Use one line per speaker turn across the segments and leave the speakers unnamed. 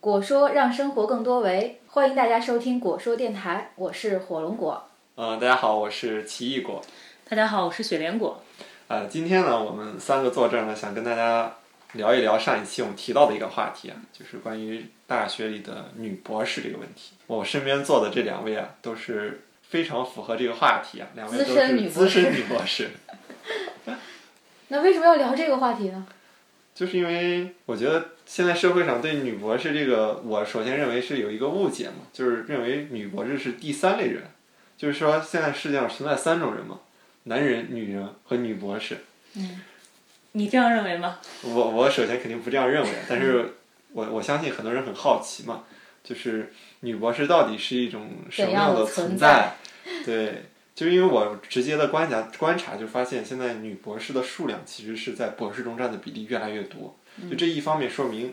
果说让生活更多维，欢迎大家收听果说电台，我是火龙果。
呃，大家好，我是奇异果。
大家好，我是雪莲果。
呃，今天呢，我们三个坐这儿呢，想跟大家聊一聊上一期我们提到的一个话题啊，就是关于大学里的女博士这个问题。我身边坐的这两位啊，都是非常符合这个话题啊，两位都
资深女
是
博
资
士
深女博士。
那为什么要聊这个话题呢？
就是因为我觉得现在社会上对女博士这个，我首先认为是有一个误解嘛，就是认为女博士是第三类人，就是说现在世界上存在三种人嘛，男人、女人和女博士。
你这样认为吗？
我我首先肯定不这样认为，但
嗯
是我我相信很多人很好奇嘛，就是女博士到底是一种什么
怎样
的
的存
存
在？
对，就是因为我直接的观察观察就发现，现在女博士的数量其实是在博士中占的比例越来越多。
嗯
就这一方面说明，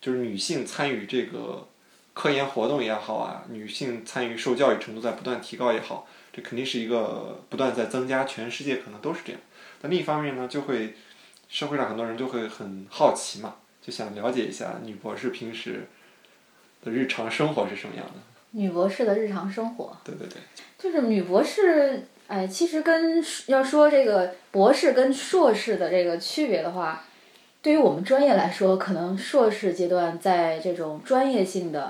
就是女性参与这个科研活动也好啊，女性参与受教育程度在不断提高也好，这肯定是一个不断在增加，全世界可能都是这样。但另一方面呢，就会社会上很多人就会很好奇嘛，就想了解一下女博士平时的日常生活是什么样的。
女博士的日常生活，
对对对，
就是女博士，哎，其实跟要说这个博士跟硕士的这个区别的话，对于我们专业来说，可能硕士阶段在这种专业性的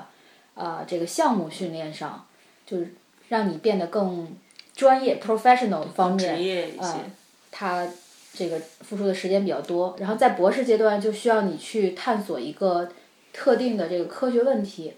啊、呃这个项目训练上，就是让你变得更专业 professional 方面
职业一些，
呃他这个付出的时间比较多，然后在博士阶段就需要你去探索一个特定的这个科学问题，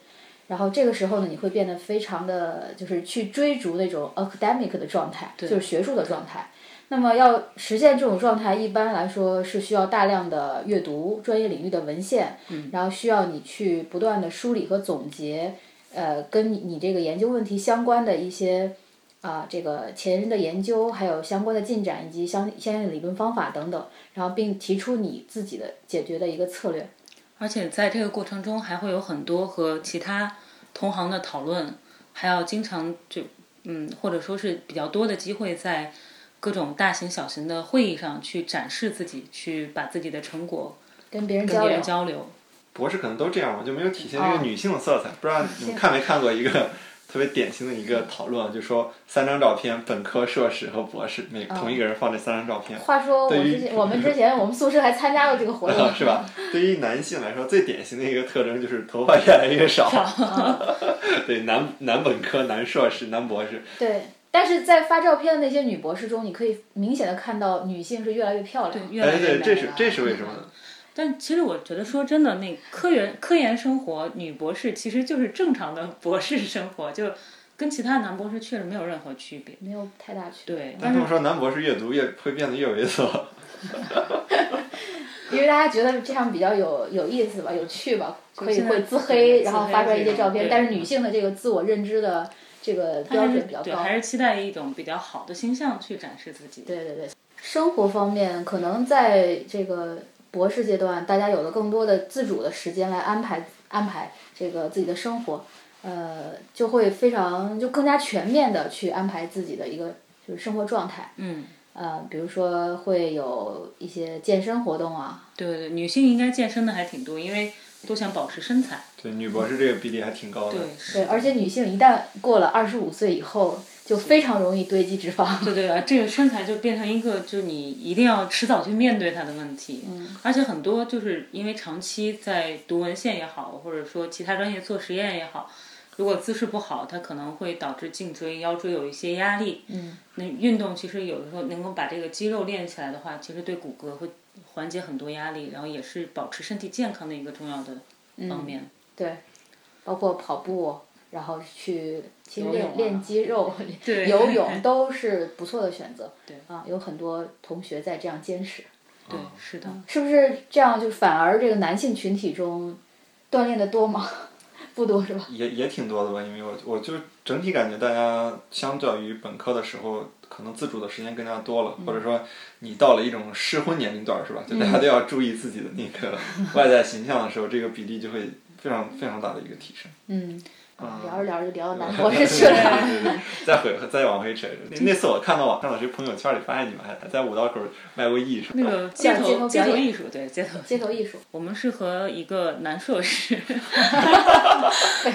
然后这个时候呢，你会变得非常的就是去追逐那种 academic 的状态，就是学术的状态。那么要实现这种状态，一般来说是需要大量的阅读专业领域的文献，然后需要你去不断的梳理和总结，呃，跟你你这个研究问题相关的一些啊、这个前人的研究，还有相关的进展以及相相应的理论方法等等，然后并提出你自己的解决的一个策略。
而且在这个过程中还会有很多和其他同行的讨论，还要经常就嗯，或者说是比较多的机会在各种大型小型的会议上去展示自己，去把自己的成果
跟别人
跟
交
别
流
人，交流。
博士可能都这样嘛，就没有体现这
哦
个女性的色彩。不知道你们看没看过一个特别典型的一个讨论，啊就说三张照片，本科、硕士和博士，每同一个人放这三张照片。
话说我
对于
之
啊
前我们之前我们宿舍还参加过这个活动，
是吧？对于男性来说，最典型的一个特征就是头发越来越少。 对，男男本科、男硕士、男博士，
对，但是在发照片的那些女博士中，你可以明显的看到女性是越来越漂亮。
对越来
哎，
越
对，
美
这是
了
这是为什么呢？
但其实我觉得说真的，那科研科研生活，女博士其实就是正常的博士生活，就跟其他男博士确实没有任何区别。
没有太大区
对，
但这么说，男博士越读越会变得越猥 琐。
别，因为大家觉得这样比较有有意思吧，有趣吧，可以
现在
会自
对
黑，
自
然后
黑
发出来
这
一些
种
照片，
对
但是女性的这个自我认知的这个标
还是
准比较
对，
高。
还是期待一种比较好的形象去展示自己。
对对对，生活方面可能在这个博士阶段，大家有了更多的自主的时间来安排安排这个自己的生活，呃，就会非常就更加全面的去安排自己的一个就是生活状态，
嗯，
呃，比如说会有一些健身活动啊，
对对，女性应该健身的还挺多，因为都想保持身材。
对，女博士这个比例还挺高的。
对，
对，而且女性一旦过了二十五岁以后，就非常容易堆积脂肪。
对对啊，这个身材就变成一个，就你一定要迟早去面对它的问题。嗯，而且很多就是因为长期在读文献也好，或者说其他专业做实验也好，如果姿势不好，它可能会导致颈椎、腰椎有一些压力。嗯，那运动其实有的时候能够把这个肌肉练起来的话，其实对骨骼会缓解很多压力，然后也是保持身体健康的一个重要的嗯方面。
对，包括跑步，然后去其实
游泳
练
啊
练肌肉、
对
游泳都是不错的选择。
对
啊，有很多同学在这样坚持，
对，是的。
是不是这样？就反而这个男性群体中锻炼的多吗？ 不多是吧？
也也挺多的吧，因为我我就整体感觉大家相较于本科的时候，可能自主的时间更加多
嗯
了，或者说你到了一种适婚年龄段儿是吧？就大家都要注意自己的那 个外在形象的时候，这个比例就会非常非常大的一个提升。
嗯，
啊
聊着聊着就聊到男博
对
士 去
对
了。
对对，再回再往回扯，那那次我看到网上的谁朋友圈里发现你们还还在五道口卖过艺是吧？
那个街
街头
头
表
街头
演
艺术，对街头
街头艺术，
我们是和一个男硕士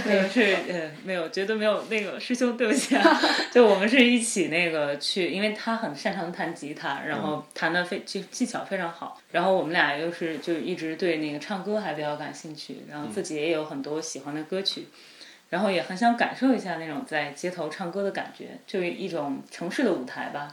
那 个是呃没有，绝对没有那个师兄，对不起啊，就我们是一起那个去，因为他很擅长弹吉他，然后弹的非技技巧非常好，然后我们俩又是就一直对那个唱歌还比较感兴趣，然后自己也有很多喜欢的歌曲。然后也很想感受一下那种在街头唱歌的感觉，就是一种城市的舞台吧。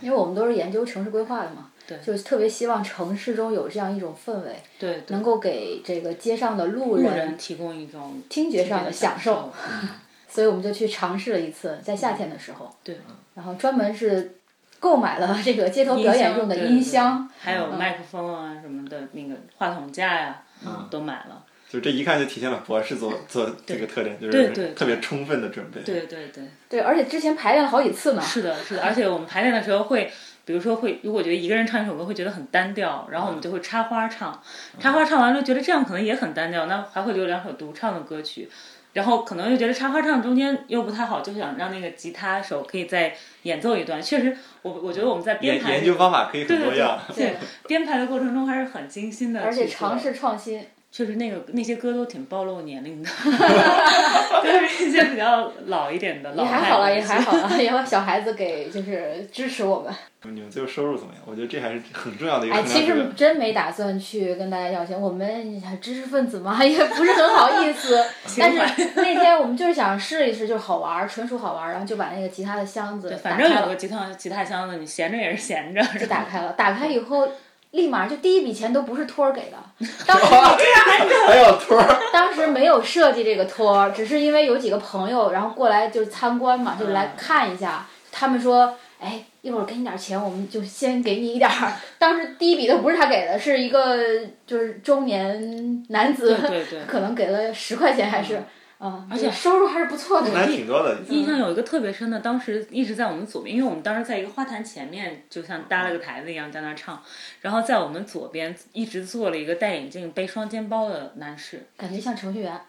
因为我们都是研究城市规划的嘛，对，就是特别希望城市中有这样一种氛围，
对，
能够给这个街上的路
路
人
人提供一种
听觉上的
的
享
受
受，，所以我们就去尝试了一次，在夏天的时候，
嗯对，
然后专门是购买 了这个街头表演用的
对
音箱，
还有麦克风啊什么的，那个话筒架呀、
嗯
都买了。
就这一看就体现了博士做做这个特点，就
对
是
对
特别充分的准备。
对对对，
对，而且之前排练了好几次呢，
是的，是的。而且我们排练的时候会，比如说会，如果觉得一个人唱一首歌会觉得很单调，然后我
嗯
们就会插花唱，插花唱完了觉得这样可能也很单调，那还会留两首独唱的歌曲。然后可能又觉得插花唱中间又不太好，就想让那个吉他手可以再演奏一段。确实，我我觉得我们在编
研
排
研究方法可以很
对
多
对
样。
对对，编排的过程中还是很精心的，
而且尝试创新，
就是那个那些歌都挺暴露年龄的， 就是一些比较老一点的老
也还
派
好了，
的
也还好了， 也有小孩子给就是支持我们。
你们最后收入怎么样？我觉得这还是很重要的一个
哎，
衡量
其
指标。
实真没打算去跟大家要钱，我们知识分子嘛， 也不是很好意 思。但是那天我们就是想试一试，就是好玩儿，纯属好玩儿，然后就把那个吉他的箱子打
反
开
正有
了，
个吉他吉他箱子，你闲着也是闲着，
就打开了。打开以后，立马就第一笔钱都不是托儿给 的，当时
还有托儿，
当时没有设计这个托儿，只是因为有几个朋友然后过来就是参观嘛，就来
嗯
看一下。他们说，哎，一会儿给你点儿钱，我们就先给你一点儿。当时第一笔都不是他给的，是一个就是中年男子。
对 对对。嗯
可能给了十块钱还是啊，
而且
收入还是不错的。
那还挺多的。嗯
印象有一个特别深的，当时一直在我们左边，因为我们当时在一个花坛前面，就像搭
嗯
了个台子一样在那儿唱，然后在我们左边一直坐了一个戴眼镜、背双肩包的男士，
感觉像程序
啊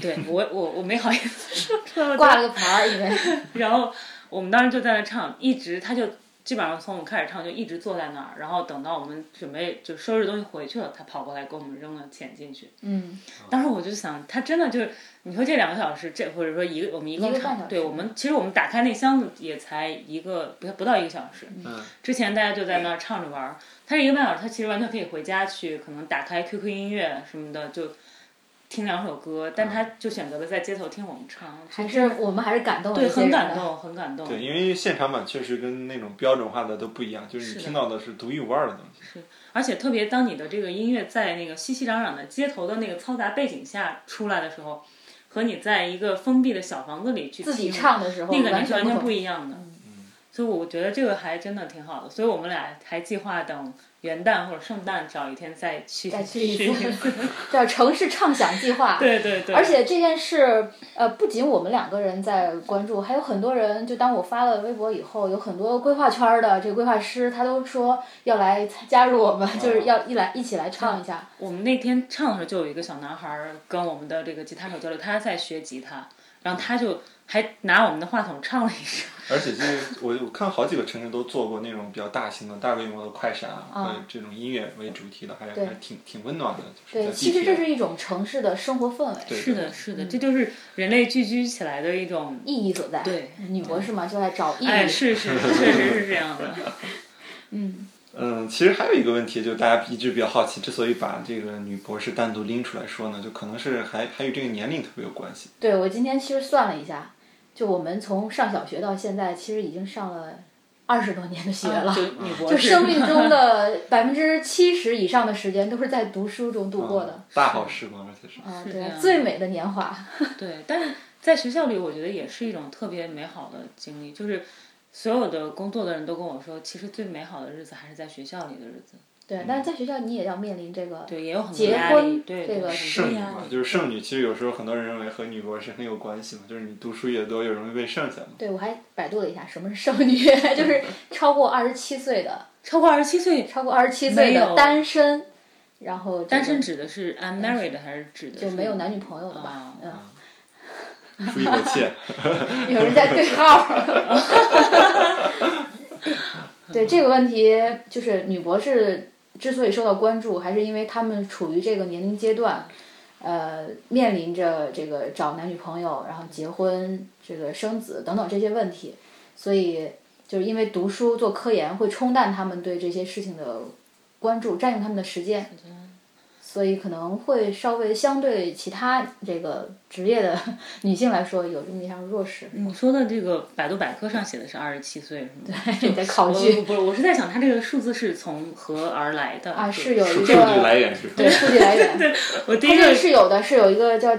员
对我我我没好意思说出来，我
挂了个牌儿，以为
然后我们当时就在那唱，一直他就基本上从我们开始唱就一直坐在那儿，然后等到我们准备就收拾东西回去了，他跑过来给我们扔了钱进去。
嗯，
哦
当时我就想，他真的就是你说这两个小时，这或者说一个我们一
一
共
个半小
唱，
时
对我们其实我们打开那箱子也才一个不不到一个小时，
嗯，
之前大家就在那儿唱着玩儿，他这一个半小时，他其实完全可以回家去，可能打开 QQ 音乐什么的就。听两首歌，
嗯
但他就选择了在街头听我们唱，
还是我们还是感动了一
对，
些
很
人
感
的。
动，很感动。
对，因为现场版确实跟那种标准化的都不一样，就是
是
你
的
听到的是独一无二的东西。
而且特别当你的这个音乐在那个熙熙攘攘的街头的那个嘈杂背景下出来的时候，和你在一个封闭的小房子里去
自己
听
唱的时候
那个你是
全
完全
同
不。一样的。
嗯
所以我觉得这个还真的挺好的，所以我们俩还计划等元旦或者圣诞找一天再去
再去一
试
次， 叫城市畅想计划。
对对对，
而且这件事，呃，不仅我们两个人在关注，还有很多人。就当我发了微博以后，有很多规划圈儿的这个规划师，他都说要来参加入我们， 就是要一来一起来唱一下。
我们那天唱的时候，就有一个小男孩儿跟我们的这个吉他手交流，他在学吉他，然后他就还拿我们的话筒唱了一首。
而且就是我我看好几个城市都做过那种比较大型的、大规模的快闪啊，或者这种音乐为主题的，还还挺挺温暖的。就是
对，
在
其
地
实这
铁
是一种城市的生活氛围。
对
是的，是的，
嗯
这就是人类聚居起来的一种。
意义所在。
对
女博士嘛，就在找意义。
哎，是 是，确实是这样的。
嗯，其实还有一个问题，就是大家一直比较好奇，之所以把这个女博士单独拎出来说呢，就可能是还还与这个年龄特别有关系。
对我今天其实算了一下，就我们从上小学到现在，其实已经上了二十多年的学了。
就女博
就
士，
生命中 的百分之七十以上的时间都是在读书中度过的
嗯，大好时光，而且是。
啊，
嗯这
对，
样
最美的年华。
对，但是在学校里，我觉得也是一种特别美好的经历。就是所有的工作的人都跟我说，其实最美好的日子还是在学校里的日子。
对，但是在学校你也要面临这个，
对，也有很多
结
压
婚
力，对
这
对，
个
很
剩
多
女
压
嘛，
力。
就是剩女，其实有时候很多人认为和女博士很有关系嘛，就是你读书越多，越容易被剩下嘛。
对我还百度了一下什么是剩女， 就是超过二十七岁的，
超过二十七岁，
超过二十七岁
没
的
有
单身，然后这个
单身指的是 unmarried 还是指的
就没有男
女？
女朋友的吧
啊？
嗯，
出一口气，
有人在对号儿。 对这个问题，就是女博士之所以受到关注，还是因为她们处于这个年龄阶段，呃，面临着这个找男女朋友，然后结婚、这个生子等等这些问题，所以就是因为读书做科研会冲淡他们对这些事情的关注，占用他们的时间，所以可能会稍微相对其他这个职业的 女性来说有这么一项弱势。
你说的这个百度百科上写的是二十七岁，是吗？
你在考
我
据
不是，我是在想，它这个数字是从何而来的
啊，
对
是有一
数
个
据来源是
对数据来源，
我第
它
一
这个
个
是有的，是有一个叫，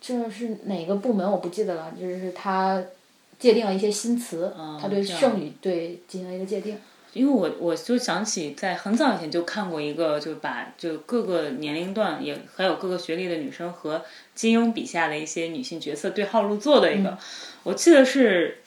就是哪个部门我不记得了，就是它界定了一些新词，
嗯
它对
这样
剩女对进行了一个界定。
因为我我就想起在很早以前就看过一个，就把就各个年龄段也还有各个学历的女生和金庸笔下的一些女性角色对号入座的一个，我记得是，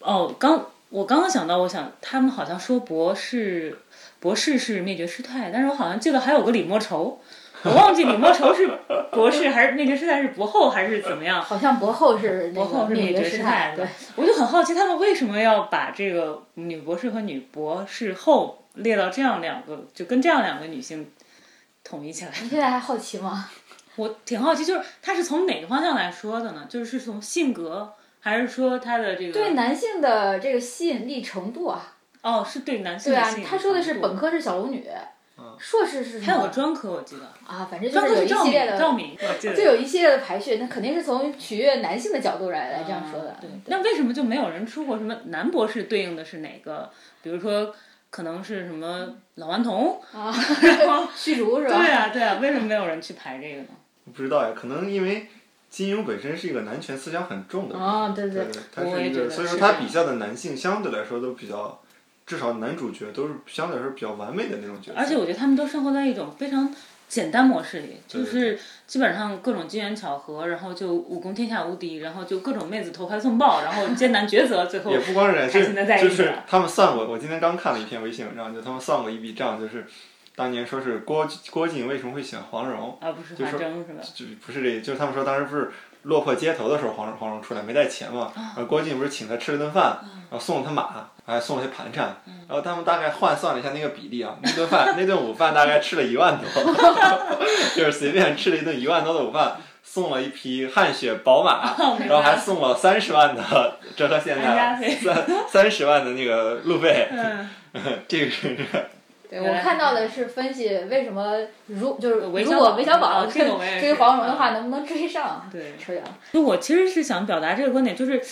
哦，刚我刚刚想到，我想他们好像说博士博士是灭绝师太，但是我好像记得还有个李莫愁。我忘记李莫愁是博士还是灭绝师太是博后还是怎么样，
好像博后是那
后
个
是灭
灭
绝
师
师
太，
太，
对，，
我就很好奇他们为什么要把这个女博士和女博士后列到这样两个，就跟这样两个女性统一起来。
你现在还好奇吗？
我挺好奇，就是他是从哪个方向来说的呢？就是是从性格，还是说他的这个
对男性的这个吸引力程度啊，
哦，是对男性
对
的
啊
性，格
他说的是
程度
本科是小龙女，硕士是什
还有个
么？
专科，我记得
啊，反正就
专
是
科
有
是
一
赵
系列
敏，赵
的，
敏我记得
就有一系列的排序，那肯定是从取悦男性的角度来来这样说的
啊。对，
对
那为什么就没有人出过什么男博士对应的是哪个？比如说可能是什么老顽童，
啊，
然后
虚竹是吧？
对啊，对啊，为什么没有人去排这个呢？
不知道呀，可能因为金庸本身是一个男权思想很重的人，
啊，对对
对
对，，
他
我
是
也
一
觉
个，
得
所以
哦
说
是这
他
样
笔下的男性相对来说都比较，至少男主角都是相对来说比较完美的那种角色。
而且我觉得他们都生活在一种非常简单模式里，就
对
是基本上各种机缘巧合，然后就武功天下无敌，然后就各种妹子投怀送抱，然后艰难 抉择，最后
也不光是人，就
开心地在一
是
起
就是
了
他们算过，我今天刚看了一篇微信文章，就他们算过一笔账，就是当年说是郭郭靖为什么会选黄蓉，
而啊不是
就
华
是
筝是吧？
就不是这，就是他们说当时不是落魄街头的时候，黄蓉黄蓉出来没带钱嘛，
嗯
然后郭靖不是请他吃了顿饭，然后送了他马，还送了些盘缠，
嗯
然后他们大概换算了一下那个比例啊，那顿饭那顿午饭大概吃了一万多， 就是随便吃了一顿一万多的午饭。送了一匹汗血宝马，
哦
然后还送了三十万的折合现
安家
在啊
费
三三十万的那个路费，
嗯，
这个是
对
原
我
来是
看到
这
的
样
是分析为什么如就是如
韦小
果
宝
韦小宝
哦 这个我也
追追
是
黄蓉的
嗯
话，能不能追上？ 啊
对。
扯远了。
就我其实是想表达这个观点，就是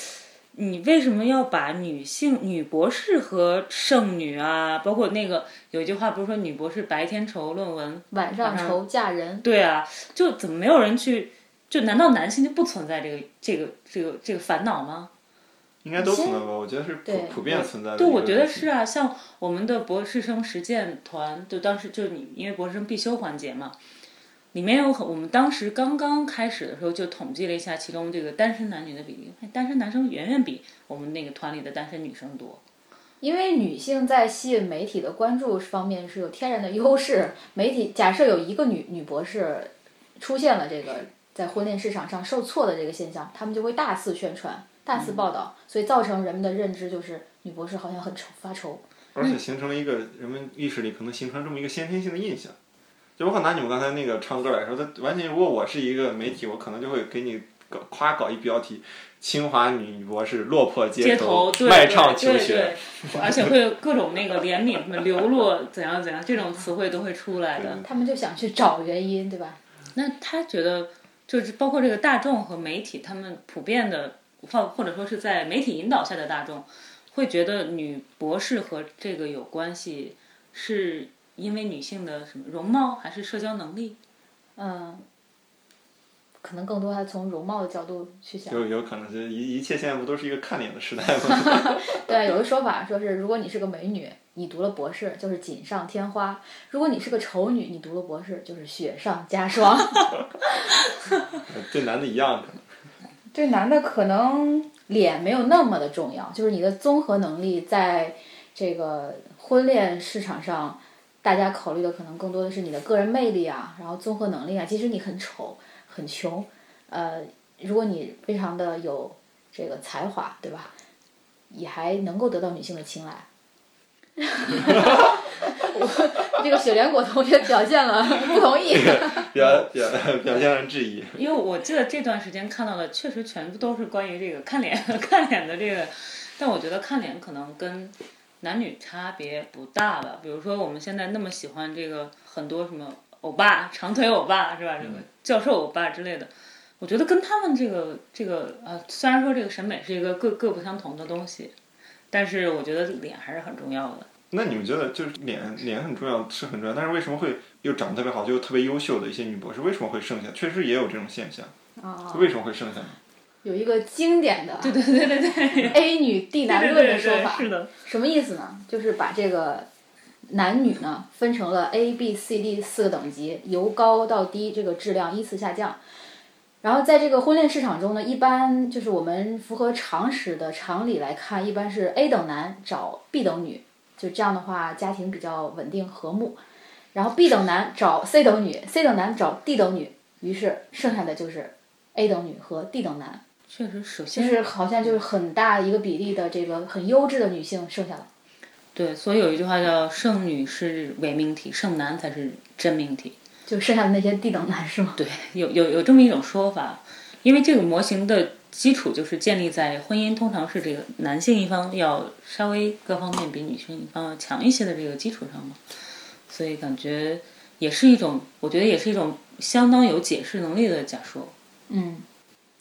你为什么要把女性、女博士和剩女啊，包括那个有一句话不是说女博士白天愁论文，
晚上愁嫁人，
对啊，就怎么没有人去？就难道男性就不存在这个这个这个这个烦恼吗？
应该都存在吧？我觉得是普
对
普遍存在的。
对，我觉得是啊，像我们的博士生实践团，就当时就是你，因为博士生必修环节嘛，里面有很，我们当时刚刚开始的时候就统计了一下其中这个单身男女的比例，哎单身男生远远比我们那个团里的单身女生多。
因为女性在吸引媒体的关注方面是有天然的优势。媒体假设有一个女女博士出现了这个在婚恋市场上受挫的这个现象，他们就会大肆宣传、大
嗯
肆报道，所以造成人们的认知就是女博士好像很愁发愁。
而
嗯
且形成了一个人们意识里可能形成这么一个先天性的印象。就我可拿你们刚才那个唱歌来说，它完全如果我是一个媒体，我可能就会给你搞夸搞一标题：清华女博士落魄
街
街
头对
卖
对
唱求
对
学。
对，而且会有各种那个怜悯、什么流落怎样怎样这种词汇都会出来
嗯
的。
他们就想去找原因，对吧？
那他觉得，就是包括这个大众和媒体，他们普遍的，或或者说是在媒体引导下的大众，会觉得女博士和这个有关系，是因为女性的什么容貌还是社交能力？
嗯，可能更多还从容貌的角度去想。
有有可能，就是一一切现在不都是一个看脸的时代 吗？
对，有个说法说是，如果你是个美女，你读了博士就是锦上添花；如果你是个丑女，你读了博士就是雪上加霜。
对男的一样，
对男的可能脸没有那么的重要，就是你的综合能力在这个婚恋市场上，大家考虑的可能更多的是你的个人魅力啊，然后综合能力啊。即使你很丑、很穷，呃，如果你非常的有这个才华，对吧？也还能够得到女性的青睐。我 这个雪莲果同学表现了不同意。
表表表现了质疑。
因为我记得这段时间看到的确实全部都是关于这个看脸 看脸的这个，但我觉得看脸可能跟男女差别不大吧。比如说我们现在那么喜欢这个很多什么欧巴、长腿欧巴是吧？这个教授欧巴之类的。我觉得跟他们这个这个呃，虽然说这个审美是一个各各不相同的东西，但是我觉得脸还是很重要的。
那你们觉得就是脸脸很重要是很重要，但是为什么会又长得特别好就特别优秀的一些女博士为什么会剩下？确实也有这种现象，
啊，
为什么会剩下呢？
有一个经典的
对 对对对对，
A 女 D 男论的说法，
是的，
什么意思呢？就是把这个男女呢分成了 A、B、C、D 四个等级，由高到低，这个质量依次下降。然后在这个婚恋市场中呢，一般就是我们符合常识的常理来看，一般是 A 等男找 B 等女，就这样的话家庭比较稳定和睦。然后 B 等男找 C 等女，C 等男找 D 等女，于是剩下的就是 A 等女和 D 等男。
确实，首
就
先
是好像就是很大一个比例的这个很优质的女性剩下了。
对，所以有一句话叫“剩女是伪命题，剩男才是真命题”。
就剩下的那些地等男是吗？
对，有有有这么一种说法，因为这个模型的基础就是建立在婚姻通常是这个男性一方要稍微各方面比女性一方要强一些的这个基础上嘛，所以感觉也是一种，我觉得也是一种相当有解释能力的假说。
嗯，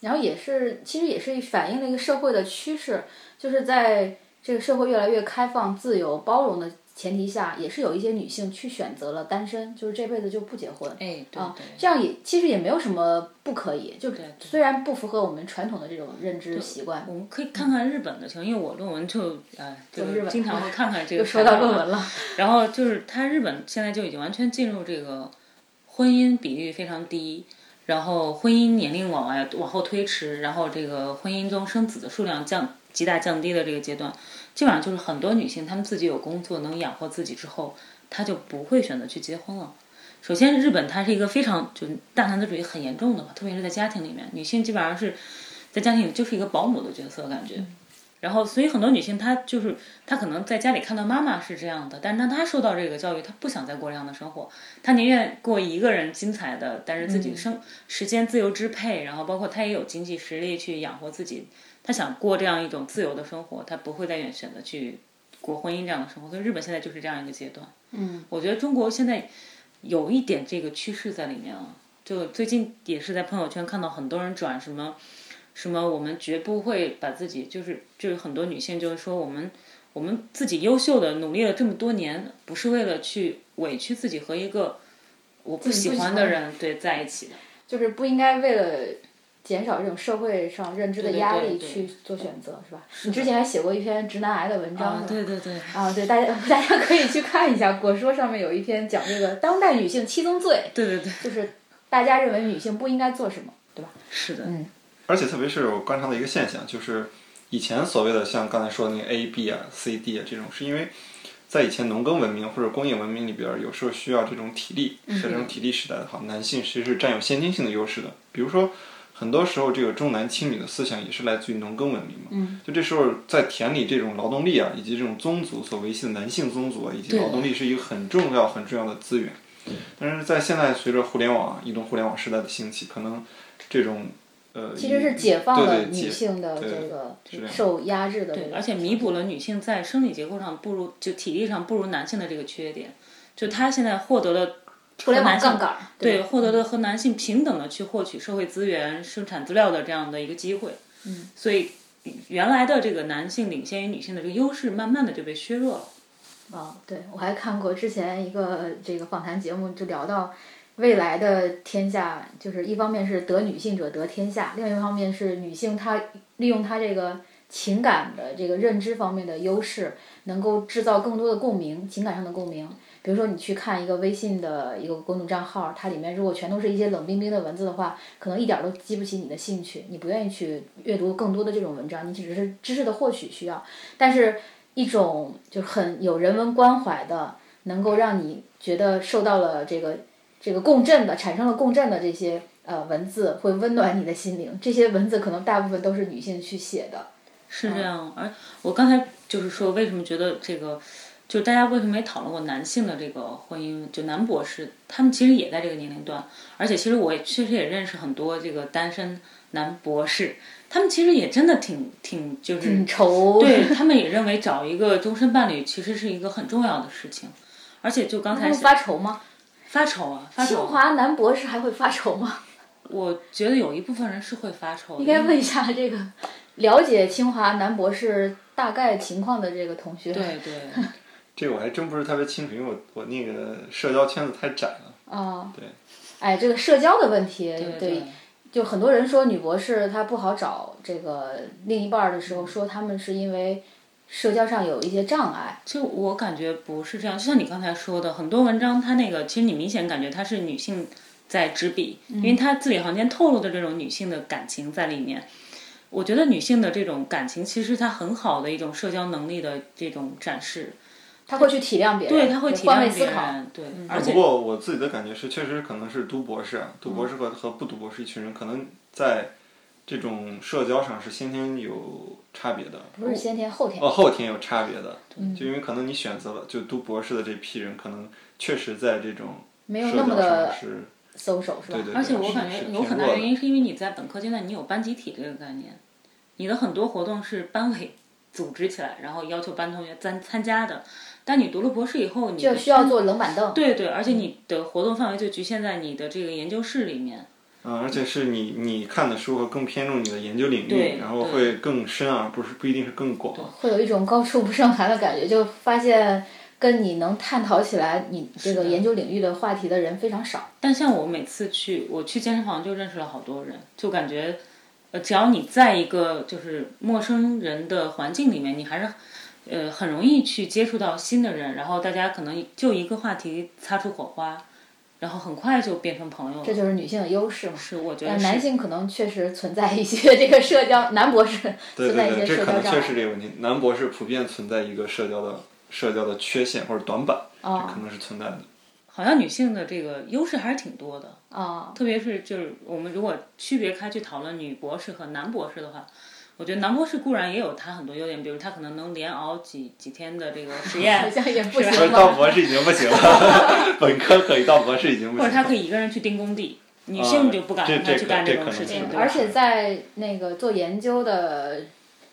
然后也是，其实也是反映了一个社会的趋势，就是在这个社会越来越开放、自由、包容的前提下，也是有一些女性去选择了单身，就是这辈子就不结婚。
哎，对
啊
对，
这样也其实也没有什么不可以，就
对对
虽然不符合我们传统的这种认知习惯，
我们可以看看日本的情况，因为我论文就呃，就
日本
经常 会看看这个。
又说到论文了。
然后就是他日本现在就已经完全进入这个婚姻比率非常低，然后婚姻年龄往外往后推迟，然后这个婚姻中生子的数量降极大降低的这个阶段，基本上就是很多女性她们自己有工作能养活自己之后，她就不会选择去结婚了。首先，日本它是一个非常就是大男子主义很严重的吧，特别是在家庭里面，女性基本上是在家庭里就是一个保姆的角色感觉。然后，所以很多女性她就是她可能在家里看到妈妈是这样的，但是当她受到这个教育，她不想再过这样的生活，她宁愿过一个人精彩的，但是自己生、时间自由支配，然后包括她也有经济实力去养活自己，她想过这样一种自由的生活，她不会再愿选择去过婚姻这样的生活。所以日本现在就是这样一个阶段。
嗯，
我觉得中国现在有一点这个趋势在里面啊，就最近也是在朋友圈看到很多人转什么什么，我们绝不会把自己就是就是很多女性就是说我们我们自己优秀的努力了这么多年，不是为了去委屈自己和一个我不喜欢的人对在一起的。
就是不应该为了减少这种社会上认知的
对对
压
对
力
对
去做选择，是吧？你之前还写过一篇直男癌的文章，
啊，
是吧
对对对，
啊，对，大家 大家可以去看一下，果说上面有一篇讲这个当代女性七宗罪，
对对对，
就是大家认为女性不应该做什么，对吧？
是的，
嗯
而且特别是我观察到一个现象，就是以前所谓的像刚才说的那个 A、B 啊、C、D 啊这种，是因为在以前农耕文明或者工业文明里边儿，有时候需要这种体力，
嗯
在这种体力时代的话，男性其实是占有先天性的优势的。比如说，很多时候这个重男轻女的思想也是来自于农耕文明嘛。
嗯
就这时候，在田里这种劳动力啊，以及这种宗族所维系的男性宗族啊，以及劳动力是一个很重要、很重要的资源。但是在现在，随着互联网、啊、移动互联网时代的兴起，可能这种呃，
其实是
以
解放了
对对解
女性的
对
这个
是这样
受压制的这
对，
个，
而且弥补了女性在生理结构上不如就体力上不如男性的这个缺点，就她现在获得了
互联网
和男性
杠杆儿，
对
吧
获得了和男性平等的去获取社会资源、生产资料的这样的一个机会。嗯，所以原来的这个男性领先于女性的这个优势，慢慢的就被削弱了。
啊，对我还看过之前一个这个访谈节目，就聊到未来的天下，就是一方面是得女性者得天下，另一方面是女性她利用她这个情感的这个认知方面的优势，能够制造更多的共鸣，情感上的共鸣。比如说，你去看一个微信的一个公众账号，它里面如果全都是一些冷冰冰的文字的话，可能一点儿都激不起你的兴趣，你不愿意去阅读更多的这种文章，你只是知识的获取需要。但是一种就是很有人文关怀的，能够让你觉得受到了这个这个共振的，产生了共振的这些呃文字，会温暖你的心灵。这些文字可能大部分都是女性去写的，
是这样，而我刚才就是说，为什么觉得这个就大家为什么也讨论过男性的这个婚姻，就男博士，他们其实也在这个年龄段，而且其实我也确实也认识很多这个单身男博士，他们其实也真的挺挺就是
挺愁
对他们也认为找一个终身伴侣其实是一个很重要的事情，而且就刚才
不发愁吗？
发愁啊，发
清
愁，
华男博士还会发愁吗？
我觉得有一部分人是会发愁的，
应该问一下这个了解清华男博士大概情况的这个同学。
对对，
这个我还真不是特别清楚，因为我我那个社交圈子太窄了。
啊，
对，
哎，这个社交的问题，
对
对，就很多人说女博士她不好找这个另一半儿的时候，说他们是因为社交上有一些障碍。
就我感觉不是这样，就像你刚才说的，很多文章它那个，其实你明显感觉它是女性在执笔，因
嗯
为它字里行间透露的这种女性的感情在里面。我觉得女性的这种感情，其实它很好的一种社交能力的这种展示，
她会去体谅别人，
对，
她
它会体
换位
谅
思
别
考。嗯
人，对，而
不
且
过我自己的感觉是，确实可能是读博士，啊，读博士
嗯
和和不读博士一群人，可能在这种社交上是先天有差别的，
不是先天后天，
哦，后天有差别的，就因为可能你选择了就读博士的这批人，可能确实在这种
没有
社
那么
交上
的
是，
搜手是吧？
对对，
而且
对
我
是
感
是
觉
偏
有很大
弱的
原因是因为你在本科阶段你有班集体这个概念，你的很多活动是班委组织起来，然后要求班同学参参加的。但你读了博士以后，你
就
的
需要嗯坐冷板凳。
对对，而且你的活动范围就局限在你的这个研究室里面。
嗯，而且是你你看的书会更偏重你的研究领域，
对
然后
对
会更深而不是不一定是更广。
会有一种高处不胜寒的感觉，就发现跟你能探讨起来你这个研究领域的话题的人非常少。
但像我每次去，我去健身房就认识了好多人，就感觉，呃，只要你在一个就是陌生人的环境里面，你还是，呃，很容易去接触到新的人，然后大家可能就一个话题擦出火花，然后很快就变成朋友了。
这就是女性的优势嘛。
是我觉得
但
是
男性可能确实存在一些这个社交，男博士
对
存在一
对
些
对，这
社交
可能
障
确实
碍。
这个问题，男博士普遍存在一个社交的社交的缺陷或者短板，
哦
这可能是存在的。
好像女性的这个优势还是挺多的。
啊，
特别是就是我们如果区别开去讨论女博士和男博士的话，我觉得男博士固然也有他很多优点，比如他可能能连熬几几天的这个 实
好
验，
像也不
所
行
以到
吧？
博士已经不行了， 本科可以到博士已经不
或者
行
他
了。
可以一个人去盯工地，女性就不敢
啊这
让他
这
去
可
干
这
种
可能
事情
是，
对吧
而且在那个做研究的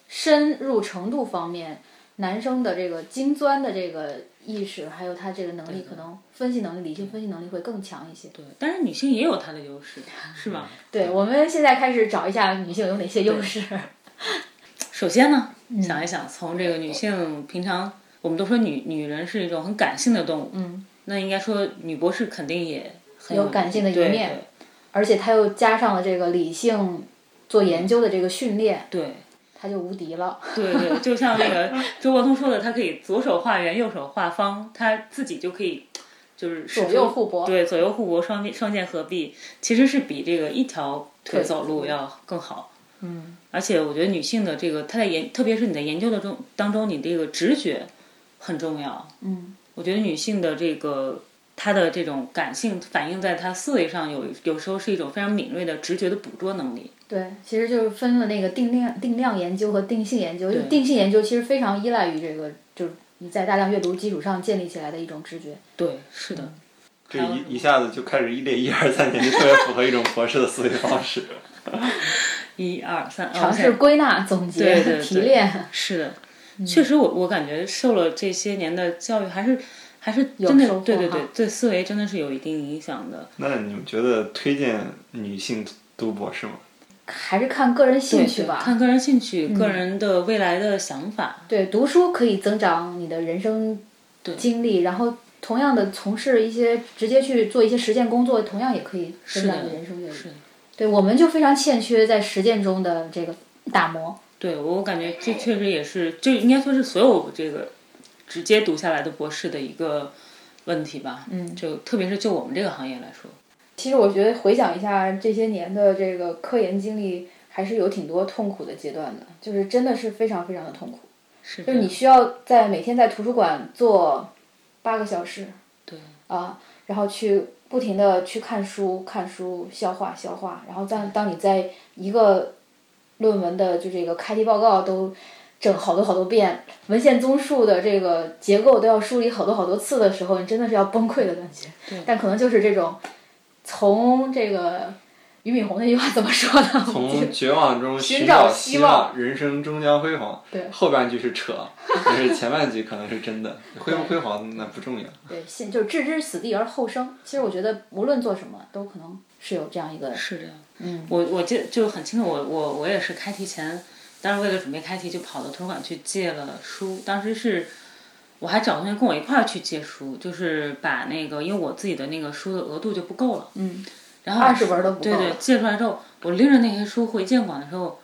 深入程度方面，男生的这个精钻的这个意识，还有他这个能力，可能分析能力、理性分析能力会更强一些。
对，但是女性也有她的优势，
嗯
是吗？
对，我们现在开始找一下女性有哪些优势。
首先呢，想一想，从这个女性平常，我们都说女女人是一种很感性的动物，嗯，那应该说女博士肯定也很
有感性的一
对
面而且他又加上了这个理性做研究的这个训练，
对。对
他就无敌了。
对对，就像那个周伯通说的，他可以左手画圆，右手画方，他自己就可以就是使
左右
出
互搏
对，左右互搏，双剑双剑合璧，其实是比这个一条腿走路要更好。嗯，而且我觉得女性的这个，她在研，特别是你在研究的中当中，你这个直觉很重要。
嗯，
我觉得女性的这个。她的这种感性反映在她思维上有，有时候是一种非常敏锐的直觉的捕捉能力。
对，其实就是分了那个定量定量研究和定性研究。就定性研究其实非常依赖于这个，就是你在大量阅读基础上建立起来的一种直觉。
对，是的。
嗯
这一一下子就开始一列一二三年，就特别符合一种博士的思维方式。
一二三，哦
尝
尝
试归纳、总结、
对对对
提炼，
是的，
嗯
确实我我感觉受了这些年的教育，还是还是
有
真
收获
的对对
哈
对对思维真的是有一定影响的。
那你们觉得推荐女性读博士吗？
还是看个人兴趣
对
吧。嗯
看个人兴趣、个人的未来的想法。
对，读书可以增长你的人生经历，然后同样的从事一些直接去做一些实践工作，同样也可以增
是
长
的
你的人生阅历。
是的
对，我们就非常欠缺在实践中的这个打磨。
对我感觉这确实也是，就应该说是所有这个直接读下来的博士的一个问题吧。嗯，就特别是就我们这个行业来说，
其实我觉得回想一下这些年的这个科研经历，还是有挺多痛苦的阶段的，就是真的是非常非常的痛苦。
是
就是你需要在每天在图书馆坐八个小时，对啊，然后去不停的去看书、看书、消化、消化，然后当当你在一个论文的就这个开题报告都整好多好多遍，文献综述的这个结构都要梳理好多好多次的时候，你真的是要崩溃的感觉。但可能就是这种，从这个俞敏洪那句话怎么说呢？
从绝望中
寻
寻找
找希
希望，人生终将辉煌。
对
后半句是扯，但是前半句可能是真的。 辉不辉煌那不重要。
对，先就置之死地而后生。其实我觉得，无论做什么，都可能是有这样一个
是这样。嗯，我我记得就很清楚，我我我也是开题前，当时为了准备开题，就跑到图书馆去借了书。当时是我还找同学跟我一块儿去借书，就是把那个因为我自己的那个书的额度就不够了，嗯，然后
二十本都不够
对对
了，
借出来之后，我拎着那些书回建馆的时候。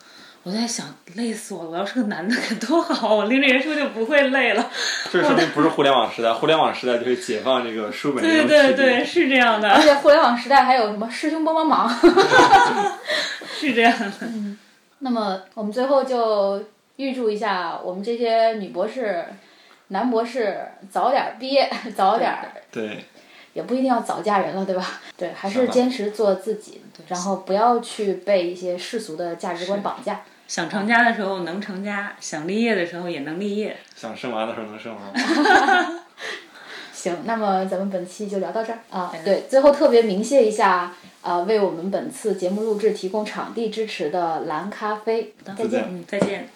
我在想，累死我了！我要是个男的该多好，我拎着这些书就不会累了。
这说明不是互联网时代，互联网时代就会解放这个书本这种
对对
驱力
对，是这样的，
而且互联网时代还有什么师兄帮帮忙？
是这样的。
那么我们最后就预祝一下我们这些女博士、男博士早点儿毕业， 早点儿
对，
也不一定要早嫁人了，对吧？对，还
是
是
吧
坚持做自己，然后不要去被一些世俗的价值观绑架。
想成家的时候能成家，想立业的时候也能立业。
想生娃的时候能生娃。
行，那么咱们本期就聊到这儿啊。对，最后特别鸣谢一下，呃，为我们本次节目录制提供场地支持的蓝咖啡。再
再
见
见。
嗯，再见。